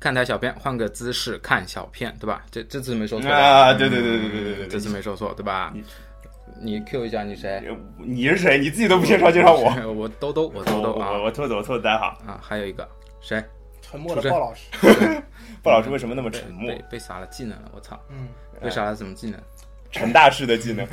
看台小片，换个姿势看小片，对吧？这这次没说错吧啊，对对对对对对对这对，次没说错，对吧？你 Q 一下你谁？你是谁？你自己都不介绍介绍我。我， 我兜兜，我兜兜我我啊我兔子，我兔子大家好。啊！还有一个谁？沉默的出声鲍老师，鲍老师为什么那么沉默哎被？被杀了技能了，我操！嗯，被杀了什么技能？陈大师的技能，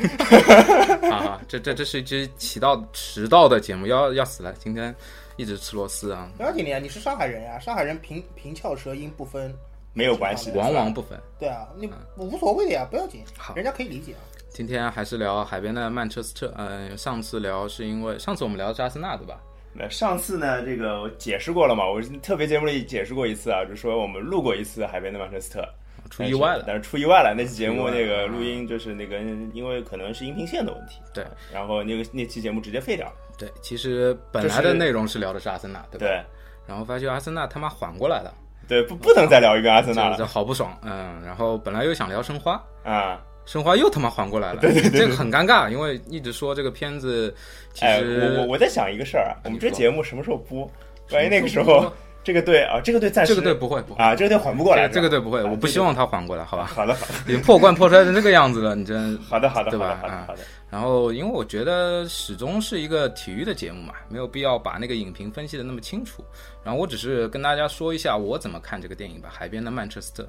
啊，这这这是一只迟到迟到的节目，要要死了！今天一直吃螺丝啊，不要紧你啊，你是上海人呀、上海人平平翘舌音不分，没有关系的。王王不分。对啊，你嗯无所谓的呀，不要紧，人家可以理解啊。 今天还是聊海边的曼彻斯特，嗯、上次聊是因为上次我们聊的是阿森纳对吧？那上次呢，这个我解释过了嘛，我特别节目里解释过一次啊，就说我们录过一次海边的曼彻斯特，出意外但是了，但是出意外了。那期节目出意外了那个录音就是那个，因为可能是音频线的问题，对，然后那个那期节目直接废掉了。对，其实本来的内容是聊的是阿森纳对吧？对然后发现阿森纳他妈缓过来了，对，不不能再聊一遍阿森纳这了这好不爽，嗯，然后本来又想聊申花，啊！申花又他妈缓过来了，对对对这个很尴尬，因为一直说这个片子其哎，实、我我我在想一个事儿啊，我们这你说节目什么时候播？万一那个时什么时候候播这个队啊，这个队暂时这个队不会不会。啊，这个队缓不过来，这个是吧啊队不会，我不希望他缓过来，好 吧？好的好的已经破罐破摔成这个样子了，你真好的好的好对吧的好的啊好的，然后，因为我觉得始终是一个体育的节目嘛，没有必要把那个影评分析的那么清楚。然后我只是跟大家说一下我怎么看这个电影吧，《海边的曼彻斯特》。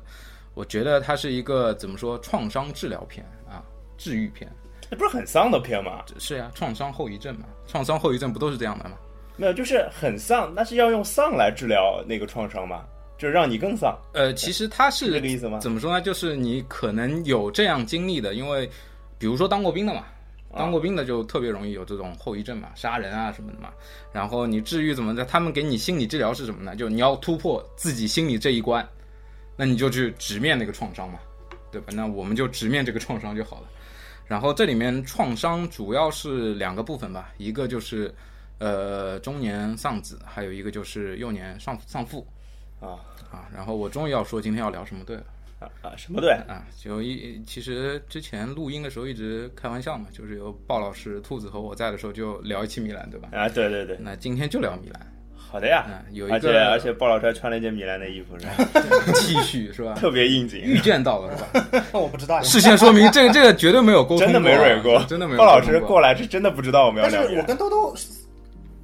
我觉得它是一个怎么说创伤治疗片啊，治愈片。这不是很丧的片吗？这是呀、啊创伤后遗症嘛，创伤后遗症不都是这样的吗？没有，就是很丧，但是要用丧来治疗那个创伤嘛，就是让你更丧，呃，其实它是这是个意思吗？怎么说呢？就是你可能有这样经历的，因为比如说当过兵的嘛，当啊过兵的就特别容易有这种后遗症嘛，杀人啊什么的嘛。然后你治愈怎么的？他们给你心理治疗是什么呢？就你要突破自己心里这一关，那你就去直面那个创伤嘛，对吧？那我们就直面这个创伤就好了。然后这里面创伤主要是两个部分吧，一个就是呃中年丧子，还有一个就是幼年丧丧父啊啊。然后我终于要说今天要聊什么对了。啊啊什么队？啊，就一其实之前录音的时候一直开玩笑嘛，就是有鲍老师、兔子和我在的时候就聊一期米兰，对吧？啊，对对对，那今天就聊米兰，好的呀。嗯，有一而且个而且，鲍老师还穿了一件米兰的衣服，是吧？ T 恤是吧？特别应景。预见到了是吧？我不知道呀，事先说明，这个这个绝对没有沟通过啊，真的没蕊过，真的没有。鲍老师过来，来是真的不知道我们要但聊米是我兰。跟兜兜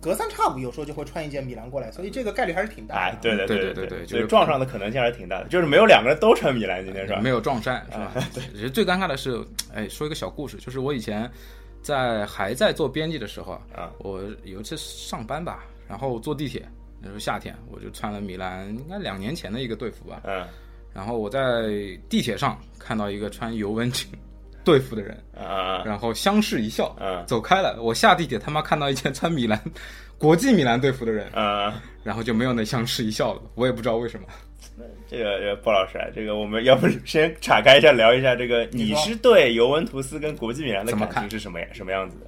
隔三差五有时候就会穿一件米兰过来，所以这个概率还是挺大哎的。，对对嗯对对对对对所就以是撞上的可能性还是挺大的，就是没有两个人都穿米兰，今天是吧？啊没有撞衫是吧？其实最尴尬的是，哎，说一个小故事，就是我以前在还在做编辑的时候啊，啊，我有一次上班吧，然后坐地铁，那时候夏天，我就穿了米兰，应该两年前的一个队服吧。嗯然后我在地铁上看到一个穿尤文裙队服的人，啊啊然后相视一笑，嗯走开了。我下地铁他妈看到一件穿米兰国际米兰队服的人，啊啊！然后就没有那相视一笑了。我也不知道为什么。这个这个鲍老师，啊，这个我们要不先岔开一下聊一下这个，你你说是对尤文图斯跟国际米兰的怎么感看情是什么呀？什么样子的？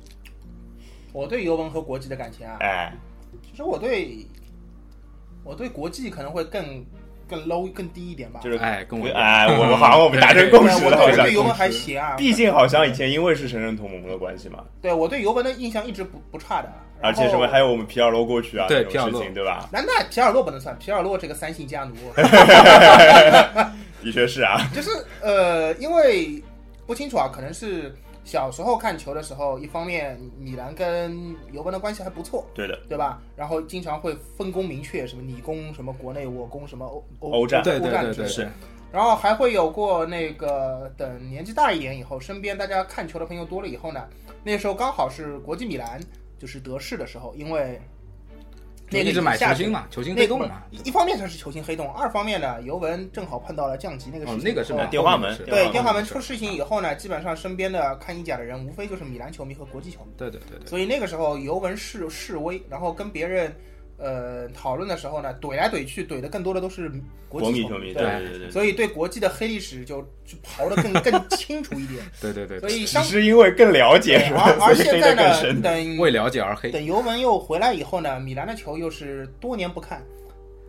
我对尤文和国际的感情啊，哎，其实我对我对国际可能会更更 low 更低一点吧。就是哎，跟我一样哎，我们好像我们达成对共识我了， 对好我像对。尤文还行啊，毕竟好像以前因为是神圣同盟的关系嘛，对我对尤文的印象一直不不差的。而且什么还有？有我们皮尔洛过去啊对这种事皮尔情，对吧？那那皮尔洛不能算，皮尔洛这个三姓家奴，的确是啊，就是呃，因为不清楚啊，可能是小时候看球的时候，一方面米兰跟尤文的关系还不错，对的，对吧？然后经常会分工明确，什么你攻什么国内，我攻什么欧欧战对对欧战对之对类的是对，然后还会有过那个等年纪大一点以后，身边大家看球的朋友多了以后呢，那时候刚好是国际米兰就是得势的时候，因为那就个一直买下球去星嘛，球星那黑个洞嘛。一一方面它是球星黑洞，二方面呢，尤文正好碰到了降级那个事哦情，，那个是吧买？电话门对，电电话话门出事情以后呢，基本上身边的看意甲的人，无非就是米兰球迷和国际球迷。对对对对，所以那个时候尤文示示威，然后跟别人呃讨论的时候呢，怼来怼去，怼的更多的都是国国际米球迷，对对吧。对对对对。所以对国际的黑历史就就刨的 更更清楚一点。对对对所对，以只相是因为更了解是吧 而？所而以黑现的在更深呢，。等为了解而黑，等尤文又回来以后呢，米兰的球又是多年不看，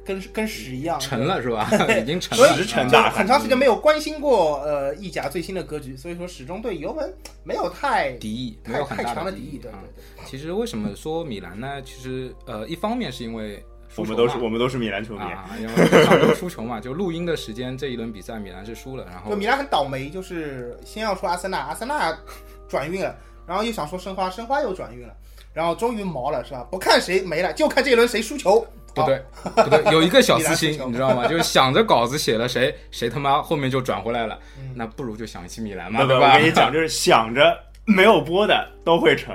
跟跟屎一样沉。了是吧？已经沉所了，以石沉就大海 很长时嗯间没有关心过呃意甲最新的格局，所以说始终对尤文没有太敌意，没太有很太大强的敌敌意。对啊对对，其实为什么说米兰呢？其实呃，一方面是因为我输球嘛们都是我们都是米兰球迷，啊，因为上周输球嘛，就录音的时间这一轮比赛米兰是输了，然后就米兰很倒霉，就是先要说阿森纳，阿森纳 转运了，然后又想说申花，申花又转运了，然后终于毛了是吧？不看谁没了，就看这一轮谁输 球。不对，不对，有一个小私米兰输心球，你知道吗？就是想着稿子写了谁，谁他妈后面就转回来了嗯，那不如就想一起米兰嘛，不不，对我吧？跟你讲，就是想着没有播的都会成，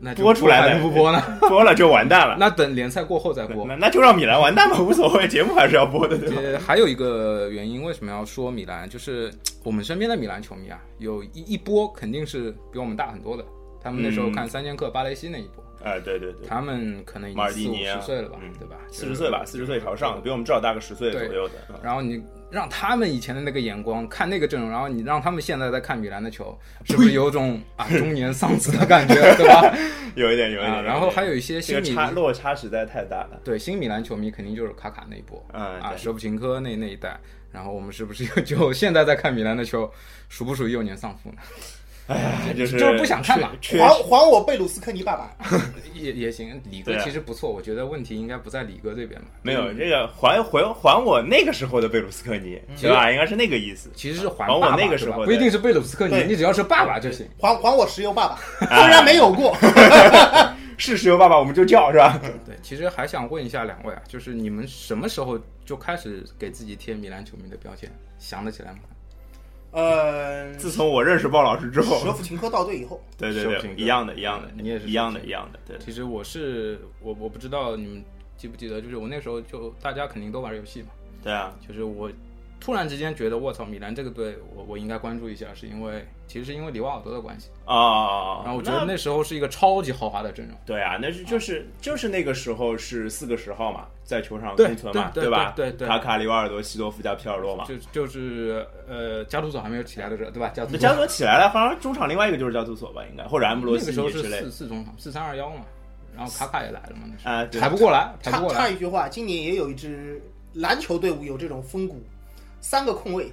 那播出来的还不播 呢？播了就完蛋了。那等联赛过后再播。那那就让米兰完蛋吧， 无所谓，节目还是要播的，对吧？呃，还有一个原因，为什么要说米兰？就是我们身边的米兰球迷啊，有一一波肯定是比我们大很多的。他们那嗯时候看三剑客巴雷西那一波，啊，对对对，他们可能已马经尔蒂四五尼啊十岁了吧，嗯对吧？四十岁吧，四十岁朝上，比我们至少大个十岁左右的。嗯然后你让他们以前的那个眼光看那个阵容，然后你让他们现在在看米兰的 球，是不是有种啊中年丧子的感觉，对吧？有一点， 有一啊，点。然后还有有一些一点这新个米差落差实在太大了。对新米兰球迷肯定就是卡卡那一波嗯，啊，对舍甫琴科那那一代。然后我们是不是又就现在在看米兰的球，属不属于幼年丧父呢？哎，就是就是不想看嘛确还还我贝鲁斯科尼爸爸！也也行，李对哥啊其实不错，我觉得问题应该不在李哥这边吧。没有这个还还还我那个时候的贝鲁斯科尼，嗯对吧？应该是那个意思。其实是还哦还我爸爸那个是时吧候的不一定是贝鲁斯科尼对，你只要是爸爸就行。还还我石 油爸爸，虽然没有过， 是石油爸爸，我们就叫 是吧？对，其实还想问一下两位啊，就是你们什么时候就开始给自己贴米兰球迷的标签？想得起来吗？呃， 自从我认识鲍老师之舍后，甫琴科到队以后，对对舍甫对，琴科一样的，一样的，你也是一样的，一样的，对。其实我是我我不知道你们记不记得，就是我那时候就大家肯定都玩游戏嘛，对啊，就是我突然之间觉得卧槽，米兰这个队我我应该关注一下，是因为其实是因为里瓦尔多的关系，啊，然后我觉得那时候是一个超级豪华的阵容。对啊，那是就是就是那个时候是四个十号嘛，在球场嗯对共存嘛，对吧？对对对卡卡里瓦尔多、西多夫加皮尔洛嘛。就就是呃，加图索还没有起来的时候，对吧？加图那索加图索起来了，好像中场另外一个就是加图索吧，应该或者安布罗那西个时候尼是之类四的四中场，四三二幺嘛，然后卡卡也来了嘛，那时啊，对候排不过来，排插不过插来。一句话，今年也有一支篮球队伍有这种风骨，三个控卫，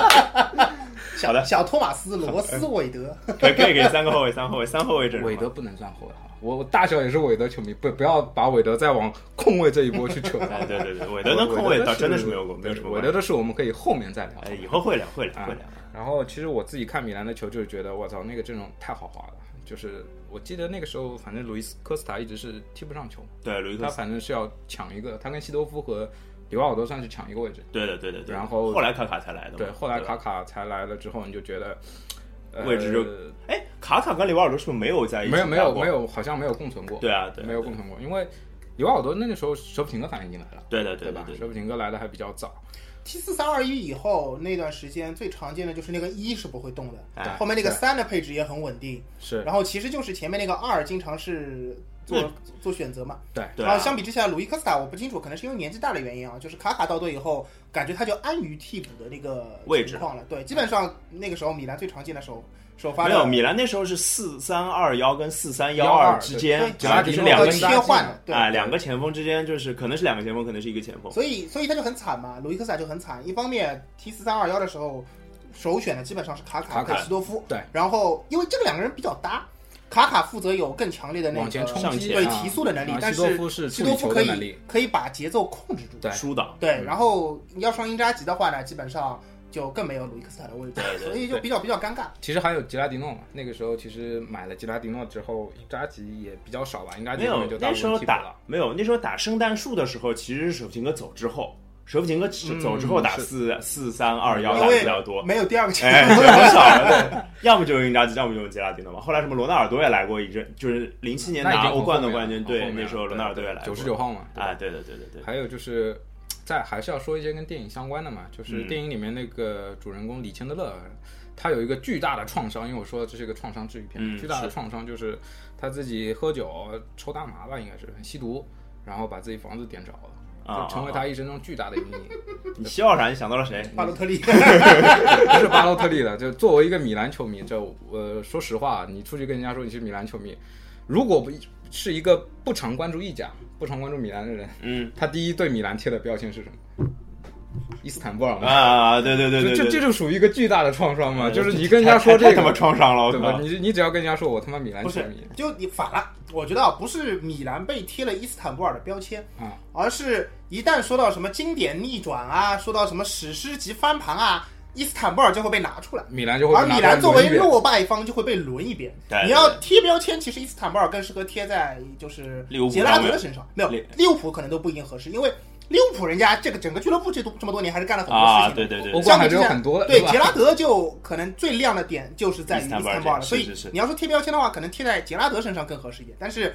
好小的小托马斯、罗斯、韦德，可以可以给三个后卫，三后卫，三后卫阵容韦嘛。德不能算后卫哈，我我大小也是韦德球迷，不不要把韦德再往控卫这一波去扯。哎，对对对， 韦德跟控卫倒真的是没有过，没有什么韦关德系。的事我们可以后面再聊。哎，以后会聊，会聊，啊会聊。然后其实我自己看米兰的球，就是觉得我操那个阵容太豪华了。就是我记得那个时候，反正路易斯科斯塔一直是踢不上球，对，鲁伊他克斯，反正是要抢一个，他跟西多夫和里瓦尔多算是抢一个位置。对的对的对的。然后后来卡卡才来的嘛，对，后来吧卡卡才来了之后，你就觉得、呃、位置就哎，卡卡跟里瓦尔多是不是没有在一起没有没有没有？有，好像没有共存过。对啊，对，没有共存过，因为里瓦尔多那个时候舍甫琴科反正已经来了，对的对对吧？对。舍甫琴科来的还比较早， T 四三二一以后那段时间最常见的就是那个一是不会动的，哎后面那个对三的配置也很稳定，是然后其实就是前面那个二经常是做、做选择嘛。对对然啊后，相比之下，鲁伊科斯塔我不清楚，可能是因为年纪大的原因啊，就是卡卡到队以后，感觉他就安于替补的那个位置情况了。对，基本上那个时候米兰最常见的首首发没的有，米兰那时候是四三二幺跟四三幺12之对间，对然后对就是对两对个对前对切换了，对。哎，两个前锋之间就是可能是两个前锋，可能是一个前锋。所以，所以他就很惨嘛，鲁伊科斯塔就很惨。一方面，T 四三二幺的时候，首选的基本上是卡卡跟卡西多夫。对，然后因为这个两个人比较搭，卡卡负责有更强烈的那往前个冲上击前对啊提速的能力然，后但西多夫是西处多理夫球可的能力以，可以把节奏控制住。对嗯疏导，对，然后要上英扎吉的话呢，基本上就更没有鲁伊科斯塔的位置对，对所以就对比较比较尴尬。其实还有吉拉迪诺嘛，那个时候其实买了吉拉迪诺之后，伊扎吉也比较少吧，应该没后有面就大那部时分候替补打了。没有那时候打圣诞树的时候，其实是舍甫琴科走之后，舍甫琴科走走之后打嗯是嗯四四三二幺因打的为比较多。没有第二个球哎，员， 对很少了，对，要么就是英扎吉，要么就是杰拉迪诺嘛。后来什么罗纳尔多也来过一阵，就是零七年那已拿经欧很冠的后面冠军，了对，那时候罗纳尔多也来过。九十九号嘛，对吧啊，对对对对对，还有就是，在还是要说一些跟电影相关的嘛，嗯就是电影里面那个主人公李千德勒，他有一个巨大的创伤，因为我说的这是一个创伤治愈片，嗯巨大的创伤就是他自己喝酒、抽大麻吧，应该是吸毒，然后把自己房子点着了，啊就成为他一生中巨大的阴影。 你笑啥？你想到了谁？ 巴洛特利。嗯 不是巴洛特利的，就作为一个米兰球迷，这呃，说实话，你出去跟人家说你是米兰球迷，如果不是一个不常关注意甲、不常关注米兰的人，嗯，他第一对米兰贴的标签是什么？伊斯坦布尔嘛，啊，对对对对这这对，这就属于一个巨大的创伤嘛，嗯就是你跟人家说这太他妈个，创伤了，我对靠吧？！你你只要跟人家说我他妈米兰不球是迷，就你反了。我觉得啊，不是米兰被贴了伊斯坦布尔的标签啊，而是一旦说到什么经典逆转啊，说到什么史诗级翻盘啊，伊斯坦布尔就会被拿出来。米兰就会而拿米出兰来作轮一为遍落败方就会被轮一遍。对对你要贴标签，其实伊斯坦布尔更适合贴在就是利物浦杰拉上德面的身上，没有利利物浦可能都不一定合适，因为利物浦人家这个整个俱乐部这都这么多年还是干了很多事啊，情。对对对欧对，冠还是有很多的，对吧杰？拉德就可能最亮的点就是在于伊斯坦布伊斯坦布尔了，尔所以是是是你要说贴标签的话，可能贴在杰拉德身上更合适一点。但是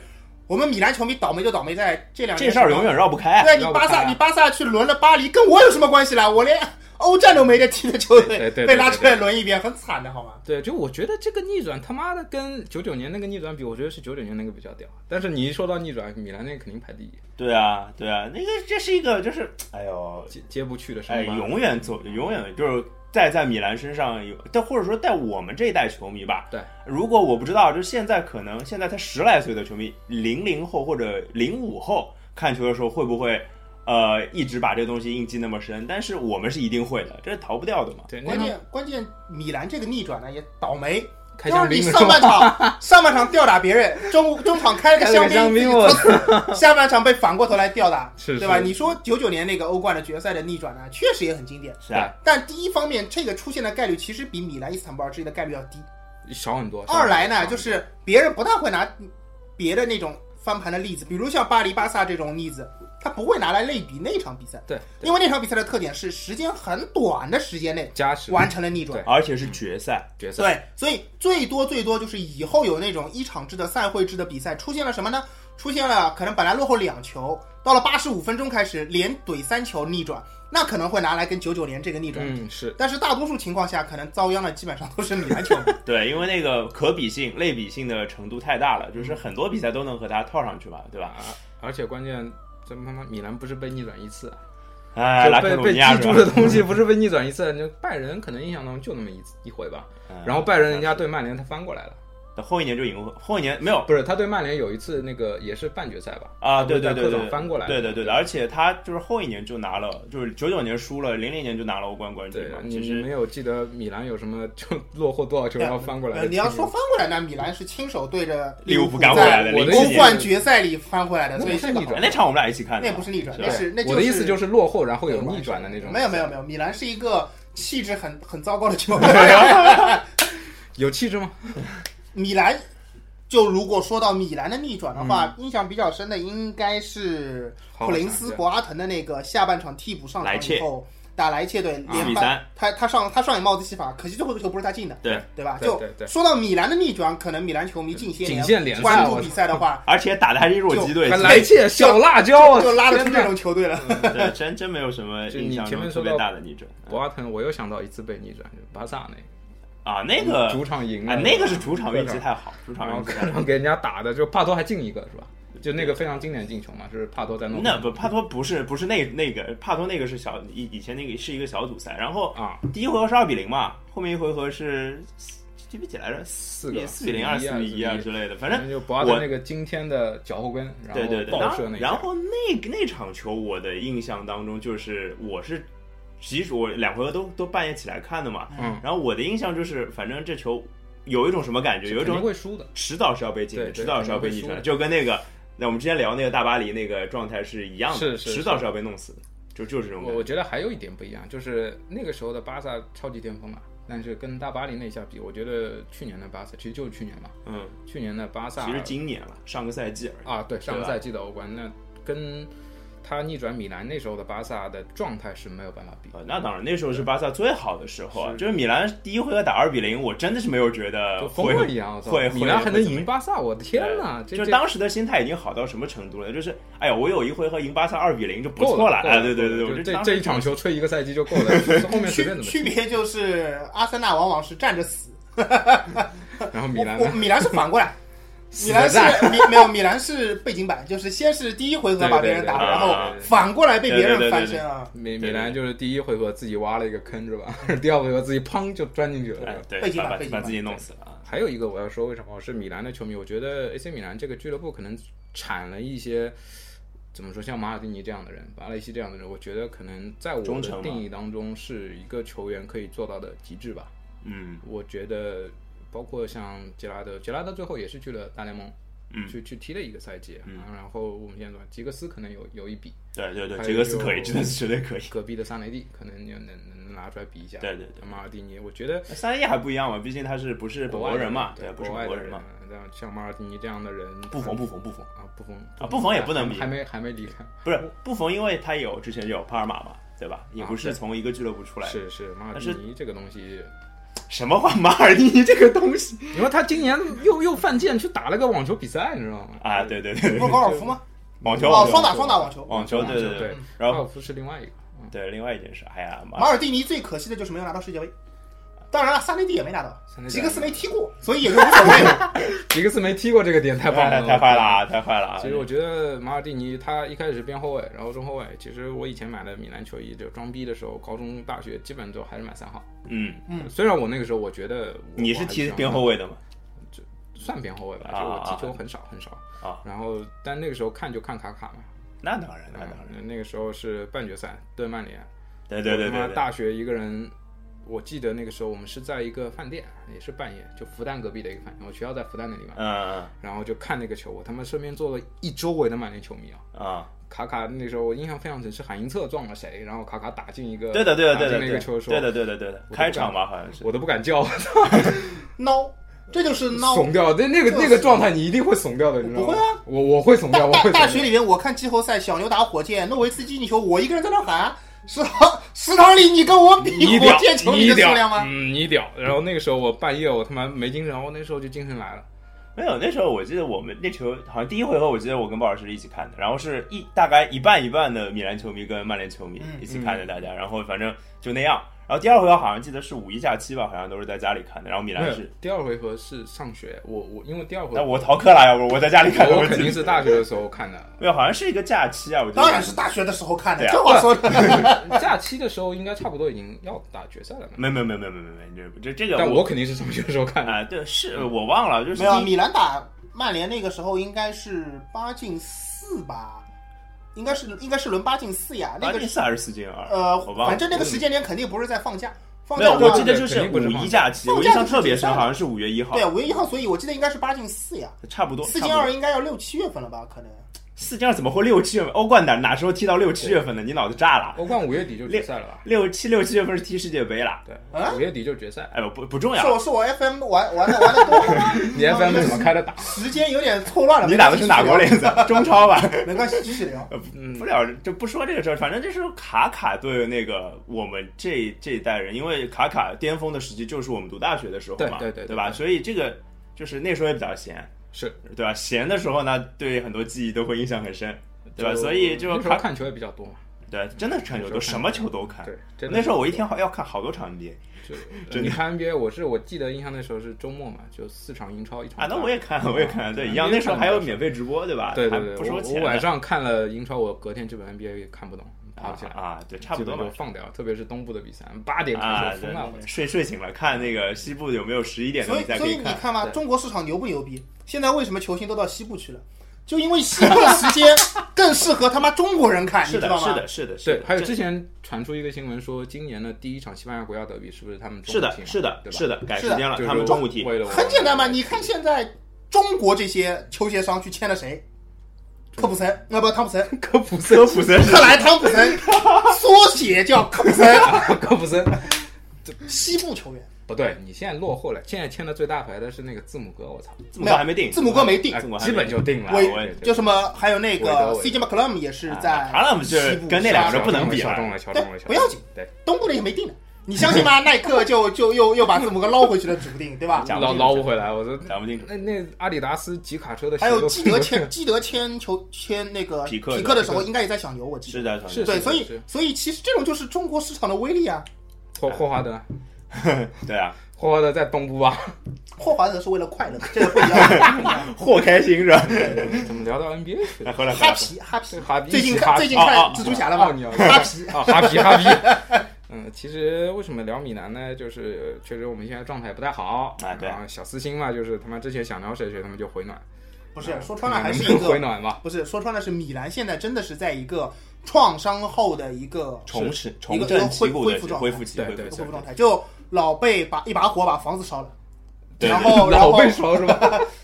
我们米兰球迷倒霉就倒霉在这两年这事儿永远绕不开。对你绕不开巴萨，啊你巴萨去轮了巴黎，跟我有什么关系啦？我连欧战都没得踢的球对对队对被拉对出来轮一遍，很惨的好吗？对，就我觉得这个逆转他妈的跟九九年那个逆转比，我觉得是九九年那个比较屌。但是你一说到逆转，米兰那个肯定排第一，对啊，对啊，那个这是一个就是，哎呦，接接不去的哎，伤疤。永远走，永远就是在在米兰身上有，但或者说在我们这一代球迷吧，对，如果我不知道，就现在可能现在才十来岁的球迷，零零后或者零五后看球的时候会不会？呃，一直把这个东西印记那么深，但是我们是一定会的，这是逃不掉的嘛。对，那关场键关键，米兰这个逆转呢也倒霉，开就是香你槟的时上候，半场上半场吊打别人，中中场开了开个了个香香槟槟，我 下半场被反过头来吊打， 是对吧？是你说九九年那个欧冠的决赛的逆转呢，啊确实也很经典。是啊，但第一方面，这个出现的概率其实比米兰、伊斯坦布尔之类的概率要低。少很多。少很多二来呢，就是别人不太会拿别的那种翻盘的例子，比如像巴黎、巴萨这种例子，他不会拿来类比那场比赛，对因为那场比赛的特点是时间很短的时间内加时完成了逆转。而且是决赛，决赛，对，所以最多最多就是以后有那种一场制的赛会制的比赛，出现了什么呢？出现了可能本来落后两球，到了八十五分钟开始连怼三球逆转，那可能会拿来跟九九年这个逆转。嗯，是但是大多数情况下，可能遭殃的基本上都是米兰球迷。对，因为那个可比性、类比性的程度太大了，就是很多比赛都能和它套上去嘛，对吧？啊，而且关键。这他妈米兰不是被逆转一次啊，哎，拉就科被鲁被尼亚记是住吧？嗯的东西不是被逆转一次，那拜仁可能印象当中就那么一次一回吧。嗯然后拜仁人家对曼联他翻过来了，后一年就赢了，后一年没有不是他对曼联有一次那个也是半决赛吧？他啊，不对是在对对客场对，翻过来，对的对的，而且他就是后一年就拿了，就是九九年输了，零零年就拿了欧冠冠军对嘛，。你其你实没有记得米兰有什么就 落后多少球然后翻过来呃的？你要说翻过来呢，米兰是亲手对着利物浦浦干回来在的，我零的七意欧思年冠决赛里翻回来的，那所以不是逆转那场我们俩一起看的那嘛，不是逆转，是吧那是那我的意思就是是落后然后有逆转的那种，没有没有没有，米兰是一个气质很很糟糕的 球队。有气质吗？米兰，就如果说到米兰的逆转的话，嗯印象比较深的应该是普林斯博阿滕的那个下半场替补上莱场切以后打莱切队啊四连比扳，三，他他上他上演帽子戏法，可惜最后一个球不是他进的，对，对吧？对就对对说到米兰的逆转，可能米兰球迷近些仅限年联赛关注我比赛的 话，而且打的还是弱鸡队，还来切小辣椒啊！就拉得出这天哪嗯种球队了。 对，真真没有什么就印你象前中面特说别到大的逆转博阿滕，我又想到一次被逆转，就巴萨那嗯啊，那个主场赢啊了，那个是主场运气客太好，主场场然后 运气客太好场。给人家打的，就帕托还进一个是吧？就那个非常经典的进球嘛，就是帕托在弄那不，帕托不是不是那那个，帕托那个是小以以前那个是一个小组赛，然后啊第一回合是二比零嘛，后面一回合是几比几来着？四个四比零二、四四比比一一啊啊之类的，反反正正就博阿我滕那个惊天的脚后跟，然对对对，后然爆射后那一下然后那个那场球，我的印象当中就是我是，其实我两回合都都半夜起来看的嘛，嗯，然后我的印象就是，反正这球有一种什么感觉，有一肯定种会输的，迟早是要被进的，对对迟早是要被逆肯定转会输的，就跟那个那我们之前聊那个大巴黎那个状态是一样的，是是迟早是要被弄死的，就就是这种我感我觉觉。得还有一点不一样，就是那个时候的巴萨超级巅峰嘛，但是跟大巴黎那一下比，我觉得去年的巴萨其实就是去年嘛，嗯，去年的巴萨其实今年了，上个赛季而已。啊，对上个对吧赛季的欧冠，那跟他逆转米兰那时候的巴萨的状态是没有办法比。呃，那当然，那时候是巴萨最好的时候啊是！就是米兰第一回合打二比零，我真的是没有觉得就疯呃会了一样，我操会米兰会还能怎么赢样巴萨，我的天哪！这就是这当时的心态已经好到什么程度了？就是，哎呀，我有一回合赢巴萨二比零就不够错了，够哎，对对对，够对了我就就这当这时一场球吹一个赛季就够了， 就是后面随区 便怎么区踢。别就是阿森纳往往是站着死，然后米我兰 我呢，米兰是反过来，死米兰的是战，米没有米兰是背景板，就是先是第一回合把别人打了，对对对然后反过来被别人翻身啊。米米对兰就是第一回合自己挖了一个坑是吧？ 第二回合自己砰就钻进去了。是吧哎对背，景把把板背景把板自己弄死了啊！还有一个我要说，为什么我是米兰的球迷？我觉得 AC 米兰这个俱乐部可能产了一些怎么说，像马尔蒂尼这样的人，巴雷西这样的人，我觉得可能在我忠诚的嘛定义当中是一个球员可以做到的极致吧。嗯我觉得，包括像杰拉德，杰拉德最后也是去了大联盟，嗯，去去踢了一个赛季。嗯啊然后我们现在说吉格斯可能有有一比，对对对，还有杰格斯可以，就真的是绝对可以。隔壁的萨雷蒂可能就能能能拿出来比一下。哎对对对，马尔蒂尼，我觉得三叶还不一样嘛，毕竟他是不是本国外国的人嘛，对，不是国外本国的人嘛，，像像马尔蒂尼这样的人，不他缝不缝不缝，啊，不疯啊不疯也不能比还没还没离开，不是不缝，因为他有之前有帕尔马嘛，对吧？也不啊是对从一个俱乐部出来的。是是，马尔但蒂是尼这个东西，什么话，马尔蒂尼这个东西你说他今年又又犯贱去打了个网球比赛，你知道吗？啊，对对对，对不是高尔夫吗？网球哦网，球双打双打网球。网球，对对对对，，然高后尔夫是另外一个，嗯对另外一件事，哎呀，马马尔蒂尼最可惜的就是没有拿到世界杯，当然了，萨内蒂也没拿萨到，内蒂吉格斯没踢过，所以也就无所谓 了。吉格斯没踢过这个点，太棒哎了，太坏了啊，太坏了啊其！实我觉得马尔蒂尼他一开始是边后卫，然后中后卫。其实我以前买的米兰球衣，就装逼的时候，高中、大学基本都还是买三号。嗯，嗯虽然我那个时候我觉得我 你是踢边后，我还卫的嘛？喜欢算边后卫吧，啊就我啊踢球很少很少。啊，然后但那个时候看就看卡卡嘛，那当然，那当然，嗯那个时候是半决赛对曼联，对对对我他对妈对，大学一个人，我记得那个时候我们是在一个饭店，也是半夜，就复旦隔壁的一个饭店，我学校在复旦那里嘛，嗯然后就看那个球，我他妈身边坐了一周围的曼联球迷啊。嗯啊，卡卡那时候我印象非常深，是海因策撞了谁，然后卡卡打进一个，对的对的对打进的那对个的球的时候对的对的对的，不开场吧好像是，我都不敢叫，孬，这就是孬怂。掉。那那个那个状态，你一定会怂掉的，你知道吗？我不会啊，我我会怂掉，大我大会大怂学掉。里面，我看季后赛，小牛打火箭，诺维茨基进球，我一个人在那喊，食堂食堂里你跟我比你火屌箭，球迷你的数屌量，吗？嗯，你屌。然后那个时候我半夜我他妈没精神，我那时候就精神来了。没有，那时候我记得我们那球好像第一回合，我记得我跟鲍老师一起看的，然后是一大概一半一半的米兰球迷跟曼联球迷嗯一起看的，大家，然后反正就那样。然后第二回合好像记得是五一假期吧，好像都是在家里看的，然后米没兰有是，，第二回合是上学，我我因为第二回那合我逃课了，要不我在家里看的，我记肯定得是大学的时候看的，没有，好像是一个假期啊，我记得当然是大学的时候看的，对啊这话说的。假期的时候应该差不多已经要打决赛了嘛。没有没有没有没有没有没有，这这这个但我肯定是上学的时候看的。啊，对，是我忘了，就是没有啊，第一米兰打曼联那个时候应该是八进四吧，应该是应该是轮八进四呀。那八个进四还是四进二？呃我，忘了反正那个时间点肯定不是在放假，放没假有，的我话记得就肯是定五不是放一假期，放我假印象就是特别深，放假好像是五月一号，对五月一号，所以我记得应该是八进四呀。差不多四差进不多二应该要六七月份了吧？可能四进二怎么会六七月份？欧冠哪哪时候踢到六七月份的？你脑子炸了？欧冠五月底就决赛了吧？六七六七月份是踢世界杯了。对啊，五月底就决赛。哎，不不重是要。我是我 FM 玩玩的玩的多了吗？ 你 FM 怎么开的打？ 时间有点错乱了。你打的是哪国联赛？ 中超吧？呃没关系，继续聊。嗯不，了，就不说这个事儿。反正就是卡卡对那个我们这这一代人，因为卡卡巅峰的时期就是我们读大学的时候嘛，对对对对对吧？所以这个就是那时候也比较闲，是对吧？闲的时候呢，对很多记忆都会印象很深，对吧？就所以就那时候卡看球也比较多嘛。对，真的是看球都什么球都看。对，真的那时候我一天好要看好多场 NBA 就真的你看 NBA，我是我记得印象那时候是周末嘛，就四场英超一场。啊，那我也嗯看，我也看，对，一样。 NBA 那时候还有免费直播，对吧？对还对对，不收我我钱的。晚上看了英超，我隔天基本 NBA 也看不懂，爬不起来。啊，对，差不多基本嘛就。放掉，特别是东部的比赛，八点啊开始，对疯了，我对操睡睡醒了，看那个西部有没有十一点的所比以赛所可以以你看。看嘛，对中国市场牛不牛逼？现在为什么球星都到西部去了？就因为西部的时间更适合他妈中国人看，是你知的道，吗？是的，是的，是对，的，还有这之前传出一个新闻说，今年的第一场西班牙国家德比是不是他们中是午的踢，嘛是的，对吧是的，改时是的间了，就是他们中午踢。为了我很简单嘛，你看现在中国这些球鞋商去签了谁？科普森，啊不，汤普森， 科普森科，普森是克莱汤普森， 缩写叫科普森， 科普森，西部球员。不对，你现在落后了，现在签的最大牌的是那个字母哥，我操，字母哥还没定，字母哥没定哎字母还基没本就定了，我我也对就什么，还有那韦德个韦 CJ McCollum 也是在啊他们就是西部跟那两个杀人不能比小了中了，小中了，啊哎对不要紧，对，东部的也没定呢。你相信 吗？耐克就就又又把字母哥捞回去了，指不定对吧？讲不捞清楚捞不回来，我说讲不清楚。那那阿迪达斯吉卡车的鞋 还 有都基德签基德签球签那个匹克的的时候，应该也在想牛，我记得。是的，是对，所以是所以其实这种就是中国市场的威力啊。霍霍华德，对啊，霍华德在东部啊吧？霍华德是为了 快乐，这个不一样。霍开心是吧？怎么聊到 NBA 去哎 了？回来回哈来，皮哈皮，哈皮最近哈看皮最近看哦哦蜘蛛侠了吧哦你要？哈皮，啊，哈皮哈皮。嗯，其实为什么聊米兰呢？就是确实我们现在状态不太好哎啊对然后小私心嘛，就是他妈之前想聊谁谁，他们就回暖。不是说穿了还是能一不能回个，暖吧，不是说穿了是米兰现在真的是在一个创伤后的一个重是拾重一个振恢旗鼓的恢复状态恢复期，对恢复对期恢复状态，就老贝把一把火把房子烧了，对然后哦 然老后被烧是吧？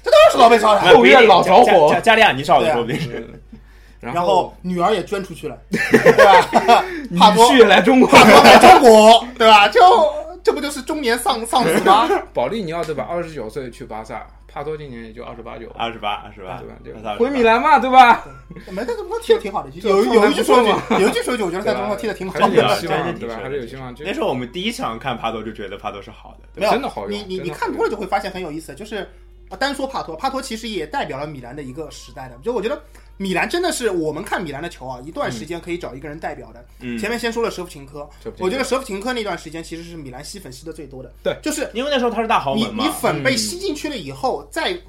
这当然是老贝烧的，那不一定后院老着火加加加利亚尼烧的，对啊说不定 是。 然然后女儿也捐出去了， 对吧？ 女帕多婿来中国，帕多来中国，对吧？就这不就是中年丧丧子吗？ 保利尼奥对吧？二十九岁去巴萨，帕多今年也就二十八九，二十八，二十八，对吧？啊那就他回米28。兰嘛，对吧？没，但是不踢的挺好的，有就有一句说就句，有一句说句，我觉得在中国踢的挺啊好还是真的有希真是望，挺对吧？帅的还是有希望。就那时候我们第一场看帕多就觉得帕多是好的，对没有真的好用你真你的你好看用多了就会发现很有意思，就是啊，单说帕托，帕托其实也代表了米兰的一个时代的，就我觉得米兰真的是我们看米兰的球啊，一段时间可以找一个人代表的。嗯前面先说了舍甫琴科，舍甫琴科我觉得舍甫琴科那段时间其实是米兰吸粉吸的最多的，对，就是因为那时候他是大豪你门嘛你，粉被嗯吸进去了以后，再比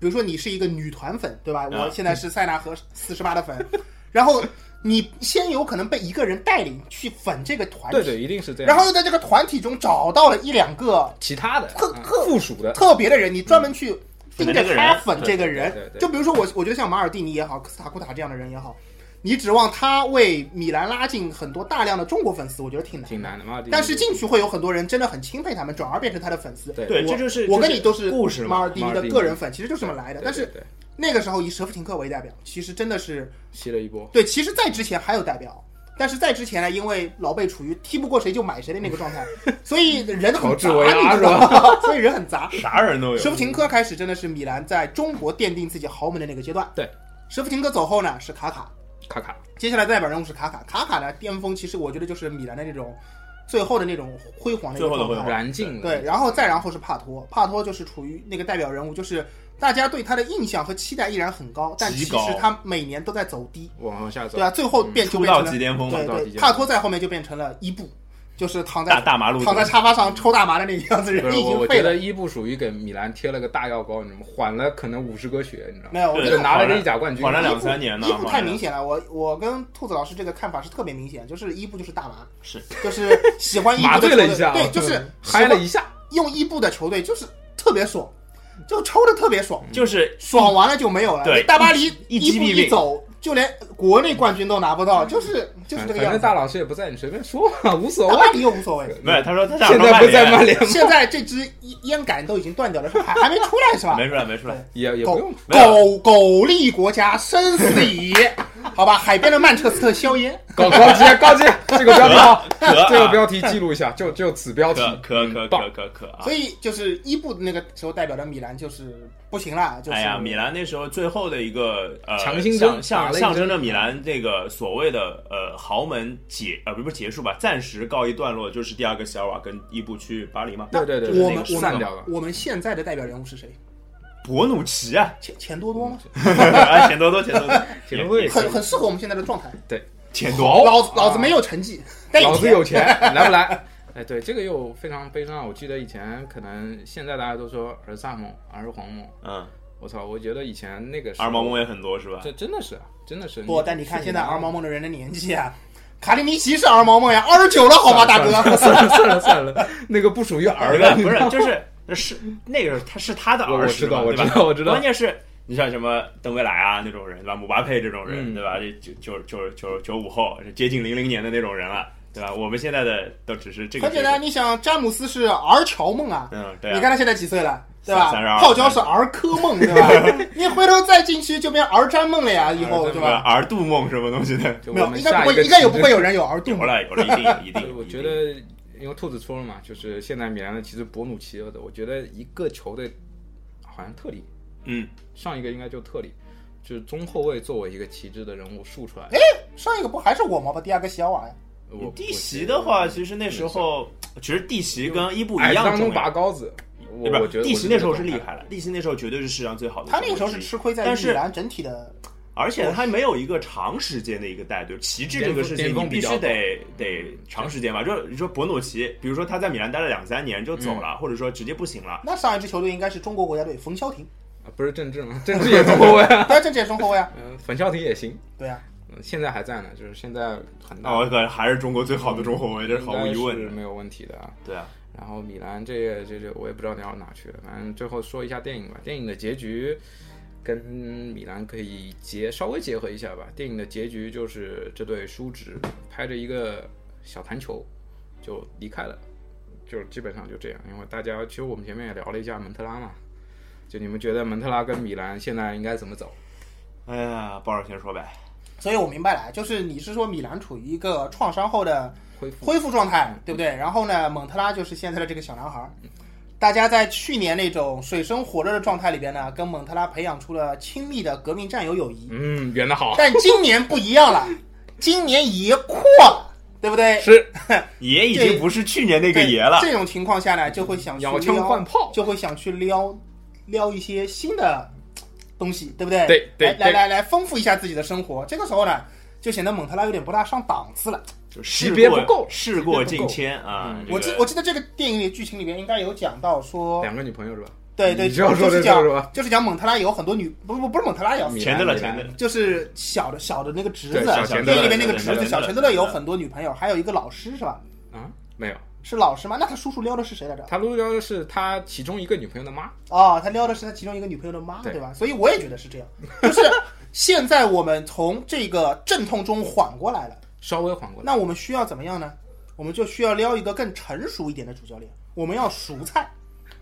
如说你是一个女团粉，对吧？啊我现在是塞纳河四十八的粉， 然后你先有可能被一个人带领去粉这个团体，对对，一定是这样。然后又在这个团体中找到了一两个其他的特嗯特附属的，特别的人，你专门嗯去盯粉着这个他人粉这个人对对对。对就比如说我，我觉得像马尔蒂尼也好，科斯塔库塔这样的人也好，你指望他为米兰拉进很多大量的中国粉丝，我觉得挺难。挺难的嘛。但是进去会有很多人真的很钦佩他们，转而变成他的粉丝。对对我这就是我这跟是你都是故事嘛马尔蒂尼马尔的蒂尼个人粉，其实就这么来的对。但是对对那个时候以舍甫琴科为代表，其实真的是吸了一波，对，其实在之前还有代 表。但是在之前呢，因为老贝处于踢不过谁就买谁的那 个状态，所以人乔很治杂，维拉啊你知道吗？ 所以人很杂。 啥人都有舍。甫琴科开始真的是米兰在中国奠定自己豪门的那个阶段。对，舍甫琴科走后呢是卡卡，卡卡接下来代表人物是卡卡。卡卡呢巅峰，其实我觉得就是米兰的那种最后的那种辉煌的一最个后的状辉态煌燃尽了。对，然后再然后是帕托，帕托就是处于那个代表人物，就是大家对他的印象和期待依然很高，但其极实高他每年都在走低。往往下走对，啊，最后嗯变就出变道成了即巅峰嘛，对到对底，帕托在后面就变成了伊布，就是躺大在大马路躺在沙发上抽大麻的那个样子，不人是已我，经我废觉了得。伊布属于给米兰贴了个大药膏，你知道吗？缓了可能五十个血，你知道没吗？有，我对觉就得拿了个意甲冠军缓，了两三年呢 伊，布好太像明显了，我我跟兔子老师这个看法是特别明显，就是伊布就是大麻，是就是喜欢伊布麻的醉了球队，一下啊，对，就是嗯嗨了一下，用伊布的球队就是特别爽，就抽的特别爽，就是爽完了就没有嗯了。对大巴黎一伊击布毙命一走，就连国内冠军都拿不到，就是就是反这个反正样子。大老师也不在，你随便说嘛，无所大谓。巴黎又无所 谓，没有。他说他想现说在不在曼曼联吗，现在这支烟烟杆都已经断掉了，是还还没出来是吧？联没出来，没出来。也也不狗用没有狗狗利国家生死以，好吧，海边的曼彻斯特硝烟。高高级高级，这个标题好，可啊这个标题记录一下，就就此标题可，可嗯可棒可可可啊所！以就是伊布那个时候代表的米兰就是不行啦，就是哎呀，米兰那时候最后的一个呃，强心针象象打了一针象征着米兰这个所谓的呃豪门结呃不是不是结束吧，暂时告一段落，就是第二个席尔瓦跟伊布去巴黎嘛，对对对，就是我那们个我时散们掉了。我们现在的代表人物是谁？博努奇啊， 钱钱多多吗？哎钱多多钱多多哎钱多多也可以很很适合我们现在的状态。 钱多老子老子没有成绩，但老子钱有钱，来不来？ 哎，对，这个又非常悲伤。我记得以前可能现在大家都说儿萨姆、儿皇姆，嗯，我操，我觉得以前那个时候二毛梦也很多是吧？这真的是，啊真的是。啊不，但你看现在二二毛梦的人的年纪啊，卡利尼奇是二毛梦呀，二十九了，好吧，大哥。算了算了算了，那个不属于儿儿子，子不是，就是那是那个他是他的我我儿知时嘛，道，我对吧知？道，我知道关。键是你像什么登贝莱啊那种人，对吧？姆巴佩这种嗯人，对吧？这九九九九九五后，接近零零年的那种人了，对吧？我们现在的都只是这个 很阶简段。单，你想詹姆斯是儿乔梦啊，嗯，对你啊，看他现在几岁了，对三十二吧？泡椒是儿科梦，对 吧？你回头再进去就变儿詹梦了呀，以后儿詹梦对对吧？吧？儿度梦什么东西的，就没我有，们应该下不一个会，应该也不会有人有儿有杜。了有了，一定有一定对，有。我一觉定得因为兔子说了嘛，就是现在米兰的其实博努奇儿子，我觉得一个球队好像特里，嗯，上一个应该就特里，就是中后卫作为一个旗帜的人物竖出来。哎上一个不还是我吗？把第二个小瓦呀，我弟媳的话，，其实那时候其实弟媳跟伊布我一矮子样哎当重中要拔，高子，我对吧我觉？得弟媳那时候哎是厉，我觉得害了，弟媳那时候绝对是世界上最好的。他那个时候是吃亏在但于是米兰整体的，而且他没有一个长时间的一个带队，旗帜这个事情哦巅峰你必须巅峰得得嗯长时间吧。就是你说博努奇，比如说他在米兰待了两三年就走嗯了，或者说直接不行了，那上一支球队应该是中国国家队冯潇霆，啊不是郑智吗？ 郑智也中后卫啊，对啊，这届中后卫啊， 嗯，冯潇霆也行，对啊，嗯现在还在呢，就是现在很大，那我哦可还是中国最好的中后卫，这是毫无疑问嗯应该是的。没有问题的啊。对啊，然后米兰这个这这我也不知道聊到哪去了，反正最后说一下电影吧。电影的结局，跟米兰可以结稍微结合一下吧。电影的结局就是这对叔侄拍着一个小弹球就离开了，就基本上就这样。因为大家其实我们前面也聊了一下蒙特拉嘛，就你们觉得蒙特拉跟米兰现在应该怎么走？哎呀，鲍尔先说呗。所以我明白了，啊就是你是说米兰处于一个创伤后的恢复嗯恢复状态，对不对？然后呢，蒙特拉就是现在的这个小男孩儿，大家在去年那种水深火热的状态里边呢，跟蒙特拉培养出了亲密的革命战友友谊。嗯，圆的好，但今年不一样了，今年爷阔了，对不对？是爷已经不是去年那个爷了。这种情况下呢，就会想去摇枪撩换炮，就会想去撩撩一些新的东西，对不对？对对来来对来来，丰富一下自己的生活。这个时候呢，就显得蒙特拉有点不大上档次了。就级事别过不够事过境迁啊嗯！这个我记我记得这个电影里剧情里边应该有讲到说，两个女朋友是吧？对对，你这样说就是这样讲说吧就是讲蒙特拉有很多女，不不不是蒙特拉有，米钱德勒， 米兰钱德勒，就是小的小的那个侄子对小，钱德勒电影里面那个侄对子对小对钱德勒对有很多女朋友，还有一个老师是吧？啊，没有，是老师吗？那他叔叔撩的是谁来着？他撸撩的是他其中一个女朋友的妈，哦，他撩的是他其中一个女朋友的妈，对对吧？所以我也觉得是这样，就是现在我们从这个阵痛中缓过来了，稍微缓过来。那我们需要怎么样呢？我们就需要撩一个更成熟一点的主教练，我们要熟菜。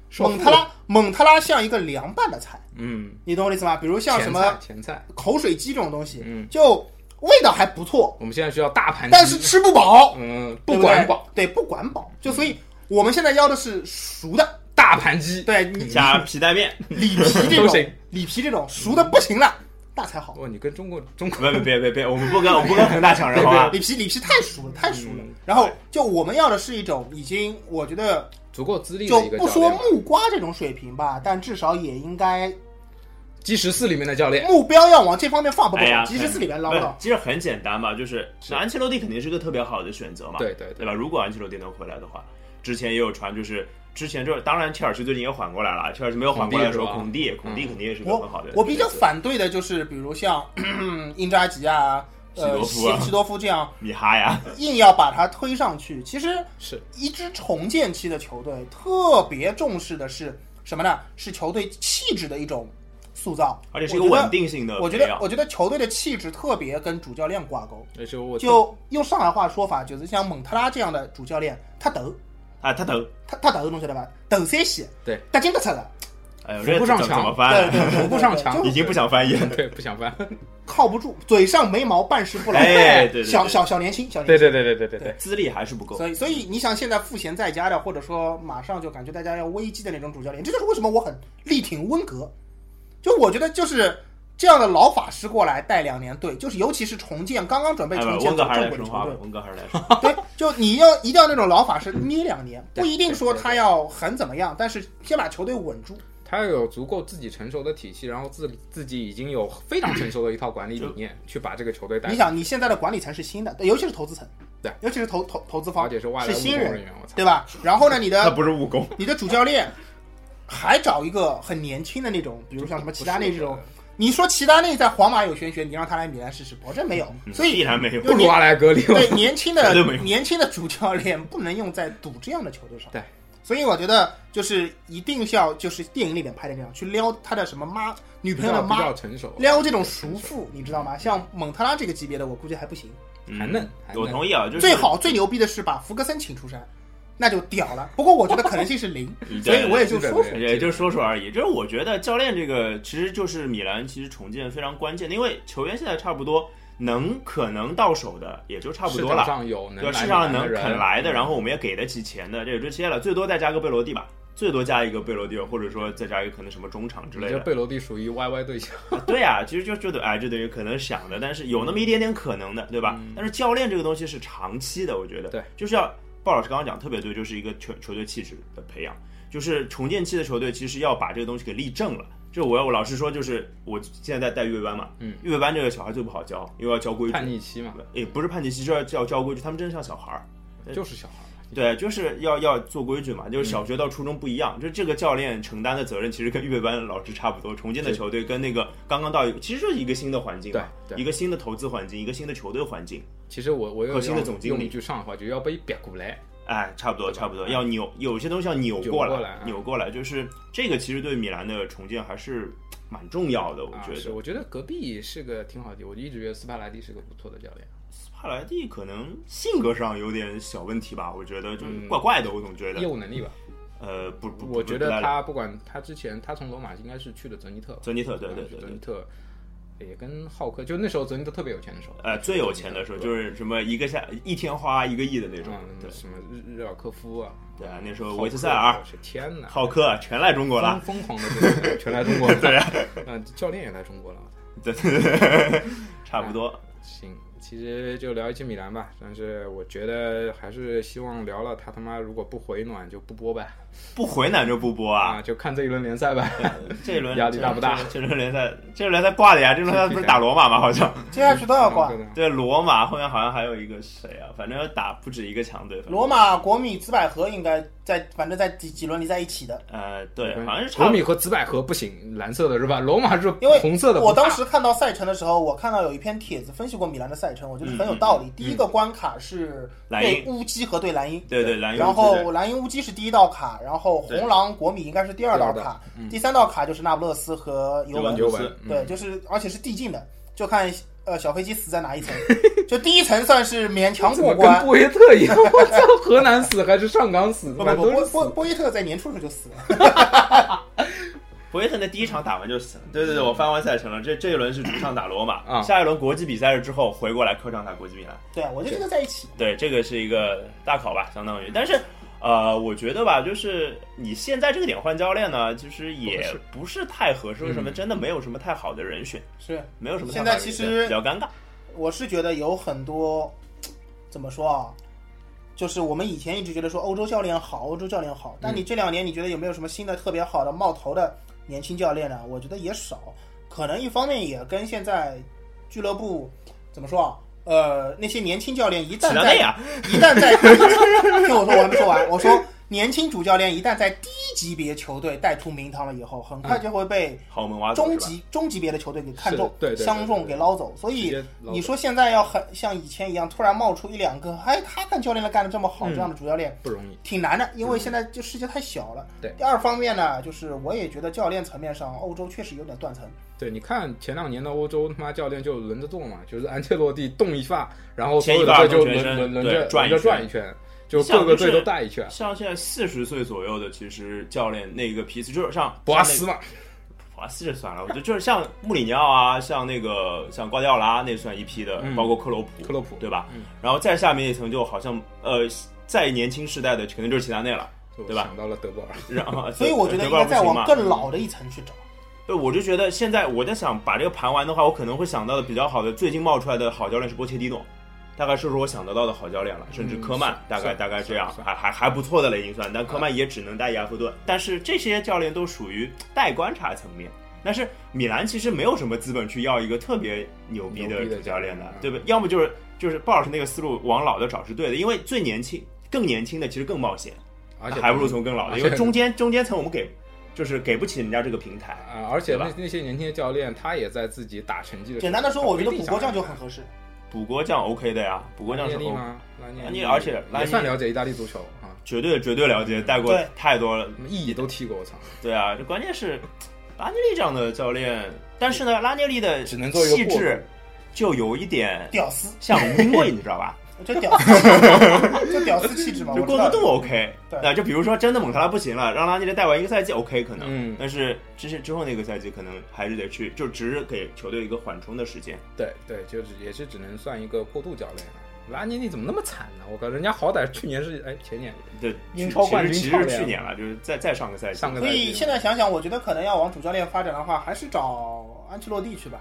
说蒙特拉，蒙特拉像一个凉拌的菜，嗯，你懂我的意思吗？比如像什前么菜前菜？口水鸡这种东西，嗯就味道还不错，我们现在需要大盘鸡，但是吃不饱，嗯，对不对管饱，，对，不管饱。就所以我们现在要的是熟的，大盘鸡。对你加皮 带面，里皮都这种行，里皮这种熟的不行了，那嗯才好。哇，你跟中国中国不不别别别，我们不跟我们不跟恒大 抢人好吧？里皮里皮太熟了，太熟了嗯。然后就我们要的是一种已经，我觉得足够资历就的一个不教说练吧，木瓜这种水平吧，但至少也应该 G 十四里面的教练，目标要往这方面放，不哎呀过，及时四里面捞不不是到。其实很简单嘛，就是安切洛蒂肯定是个特别好的选择嘛，对对对对，吧？如果安切洛蒂能回来的话，之前也有传，就是之前就是，当然切尔西最近也缓过来了，啊切尔西没有缓过来的时候，孔孔蒂，孔蒂肯定也是个很好我的。嗯我比较，反对的就是，比如像 英扎吉啊、呃西多夫啊西西多夫这样米哈呀，硬要把他推上去，其实是一支重建期的球队特别重视的是什么呢？是球队气质的一种塑造，而且是一个我觉得稳定性的我觉培得养，我觉得球队的气质特别跟主教练挂钩。那时候我就用上海话说法，就是像蒙特拉这样的主教练，他抖，啊，他等，他他抖，侬晓得吧？抖三喜，对，搭劲个出的，哎呦，扶这不上怎墙怎么对翻？啊对对，扶不上墙就 已经不想翻译了。 对不想翻，靠不住，嘴上没毛，办事不牢。哎对对对小小小年轻，小对年轻。对对对对对对，资历还是不够，所以，所以你想，现在赋闲在家的，或者说马上就感觉大家要危机的那种主教练，这就是为什么我很力挺温格。就我觉得，就是这样的老法师过来带两年队，就是尤其是重建刚刚准备哎重不建温走格还是正来轨的申球花吧队，，温格还是来申花。对，就你要一定要那种老法师捏两年，对不一定说他要很怎么样，但是先把球队稳住。他要有足够自己成熟的体系，然后自自己已经有非常成熟的一套管理理念，去把这个球队带你，想，你现在的管理层是新的，对尤其是投资层，对，尤其是投投投资而方且是外来是务新工人人，员，我操，对吧？然后呢， 你他的不是务工，你的主教练还找一个很年轻的那种，比如像什么齐达内这 种。你说齐达内在皇马有玄学，你让他来米兰试试，保证没有。所依以，然没有不如阿莱格里吧，对 年轻的绝对嗯没有年轻的主教练不能用在赌这样的球队上。对，所以我觉得就是一定要就是电影里面拍的那样，去撩他的什么妈女比朋友较的比较妈，成熟，撩这种熟妇，你知道吗？像蒙特拉这个级别的，我估计还不 行。还嫩，还嫩嗯我同意啊，就是最好最牛逼的是把福格森请出山，那就屌了。不过我觉得可能性是零 对，所以我也就对说对说。也就是说说而已。就是我觉得教练这个其实就是米兰其实重建非常关键的，因为球员现在差不多能可能到手的也就差不多市场了，上有能对，来市场上米兰能人嗯肯来的，然后我们也给得起钱的，这也就这些了，最多再加个贝罗蒂吧。最多加一个贝罗蒂，或者说再加一个可能什么中场之你类这的。贝罗蒂属于 YY 对象， 对啊，其实就就等哎，这等于可能想的，但是有那么一点点可能的，对吧？但是教练这个东西是长期的，我觉嗯得对，就是要鲍老师刚刚讲特别对，就是一个球球队气质的培养，就是重建期的球队其实要把这个东西给立正了。就我要我老实说，就是我现在在带预备班嘛，嗯，预备班这个小孩最不好教，因为要教规矩叛，逆期嘛，也不是叛逆期，就是要教教规矩，他们真的像小孩儿。就是小孩嘛，对，就是要要做规矩嘛，就是小学到初中不一样，就这个教练承担的责任其实跟预备班老师差不多，重建的球队跟那个刚刚到一个，其实就是一个新的环境嘛，对对一个新的投资环境，一个新的球队环境，其实我我又核心的总要经理用一句上海话，就要被别过来。哎，差不多差不多，要扭，有些东西要扭扭过过来啊扭过来，就是这个其实对米兰的重建还是蛮重要的，我啊觉是得。我觉得隔壁是个挺好的，我一直觉得斯帕莱蒂是个不错的教练，斯帕莱蒂可能性格上有点小问题吧，我觉得就是怪怪的，我总觉业得。务能力吧，呃，不不，嗯不我觉不得太他不管他之前他从罗马应该是去的泽尼特吧，泽尼特，对啊对去对泽对尼。特也跟浩克，就那时候泽尼特特别有钱的时候，呃，最有钱的时候对就是什么一个下一天花一个亿的那种，对嗯，什么日日尔科夫啊，对啊那时浩候克维特塞尔我、去天哪，浩克全来中国了，疯疯狂的这个 全来中 国了，对啊，嗯，教练也来中国了。对对对，差不多。行，其实就聊一期米兰吧，但是我觉得还是希望聊了他他妈如果不回暖就不播呗，不回南就不播啊，啊，就看这一轮联赛吧。这一轮嗯压力大不大这轮联赛，这轮联赛挂的呀，这轮联赛不是打罗马吗？好像嗯接下去都 要挂对。的对罗马后面好像还有一个谁啊，反正要打不止一个强队。反正罗马、国米、紫百合应该在，反正在几几轮里在一起的。呃，对，嗯好像是差国不多米和紫百合不行，蓝色的是吧？罗马是因为红色的不我大，当时看到赛程的时候，我看到有一篇帖子分析过米兰的赛程，我觉得很有道嗯理。第一个关卡是莱对茵乌鸡和对蓝鹰，对对蓝鹰然对后对蓝鹰乌鸡是第一道卡，然后红狼国米应该是第二道第二卡，第三道卡就是那不勒斯和尤文尤，尤文文，嗯对，就是而且是递进的，就看呃小飞机死在哪一 层，就第一层算是勉强怎过么跟关。波耶特一样？我操，河南死还是上港死，不反不正不，都波是波死。波耶特在年初的时候就死了，博耶特的第一场打完就死了。对对对，我翻完赛程了，这这一轮是主场打罗马，啊下一轮国际比赛日之后回过来客场打国际米兰。对啊，我就觉得在一起。对，这个是一个大考吧，相当于。但是，呃，我觉得吧，就是你现在这个点换教练呢，其实也不是太合适。为什么？嗯真的没有什么太好的人选，是，没有什么太现好在的人选。其实比较尴尬。我是觉得有很多怎么说啊，就是我们以前一直觉得说欧洲教练好，欧洲教练好，但你这两年你觉得有没有什么新的特别好的冒头的年轻教练呢？啊我觉得也少，可能一方面也跟现在俱乐部怎么说啊。呃，那些年轻教练一旦齐达在内啊， 一旦在，听我说，我还没说完。我说，年轻主教练一旦在低级别球队带出名堂了以后，很快就会被豪门挖走中是吧？级中级别的球队给看中是、对对对相中、给捞走。所直接以捞走你说现在要很像以前一样，突然冒出一两个，哎，他看教练了干得这么好，嗯这样的主教练不容易，挺难的，因为现在这世界太小了。嗯对第二方面呢，就是我也觉得教练层面上，欧洲确实有点断层。对，你看前两年的欧洲，他妈教练就轮着做嘛，就是安切洛蒂动一发，然后所有的前一发队就动轮全身轮轮对着转轮一着圈转一圈，就各个队都带一圈。像现在四十岁左右的，其实教练那个批次，就是像博阿像斯嘛，那个博阿斯就算了，我觉得就是像穆里尼奥啊，像那个像瓜迪奥拉那算一批的，嗯包括克洛普，克洛普对吧？嗯然后再下面一层就好像呃，在年轻时代的可能就是齐达内了。我对吧想到了德布尔，然后，所以我觉得应该再往更老的一层去找。对，我就觉得现在我在想把这个盘完的话，我可能会想到的比较好的，最近冒出来的好教练是波切蒂诺，大概是说我想得到的好教练了，甚至科曼，是大概是大概这样是，还还还不错的了已经算，但科曼也只能带亚夫顿。但是这些教练都属于待观察层面。但是米兰其实没有什么资本去要一个特别牛逼牛的逼的主教练的教练，对不对？要么就是就是鲍老师那个思路往老的找是对的，因为最年轻、更年轻的其实更冒险，而且还不如从更老的，因为而且中间中间层我们给就是给不起人家这个平台。啊，而且对吧那那些年轻的教练，他也在自己打成绩的时候。简单的说，他我不觉一得定补想锅匠来就很合适。补锅酱 OK 的呀，补锅拉酱是涅利 OK，吗？拉涅拉利，涅而且拉也算涅了解意大利足球啊，绝对绝对了解，带过对太多了。什么意乙都踢过，我操！对啊，这关键是拉涅利这样的教练，但是呢，拉涅利的只能做一个气过渡质就有一点屌丝，像吴金 贵，你知道吧？就屌丝，就屌丝气 质嘛。就我知过道渡度 OK，对那就比如说真的蒙塔拉不行了，让拉涅利带完一个赛季 OK 可能，嗯但是之前之后那个赛季可能还是得去，就只是给球队一个缓冲的时间。对对，就是也是只能算一个过渡教练。拉涅利怎么那么惨呢？我靠，人家好歹去年是哎前年对，英其超冠军其实教其实练是去年了，就是再再上个赛季，上个所赛季，以现在想想，我觉得可能要往主教练发展的话，还是找安切洛蒂去吧。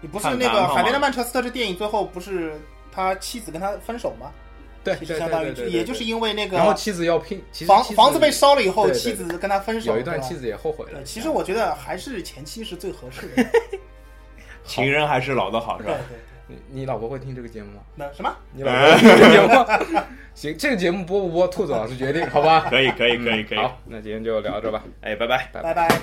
你不是那看个看《好吗海边的曼彻斯特》这电影最后不是他妻子跟他分手吗？对其对实对相当于对就对，也就是对因为那然后个妻子要拼，其实房妻房子被烧了以后，对对妻子跟他分手，有一段妻子。子也后悔了对，。其实我觉得还是前妻是最 合适的。情人还是老的好，是对吧？对对，你你老婆会听这个节目吗？那什么？ 你老婆会听这个节目吗？ 行，这个节目播不播，兔子老师决定，好吧？嗯可以可以可以可以，好，那今天就聊着吧，哎，拜拜。拜拜拜。拜。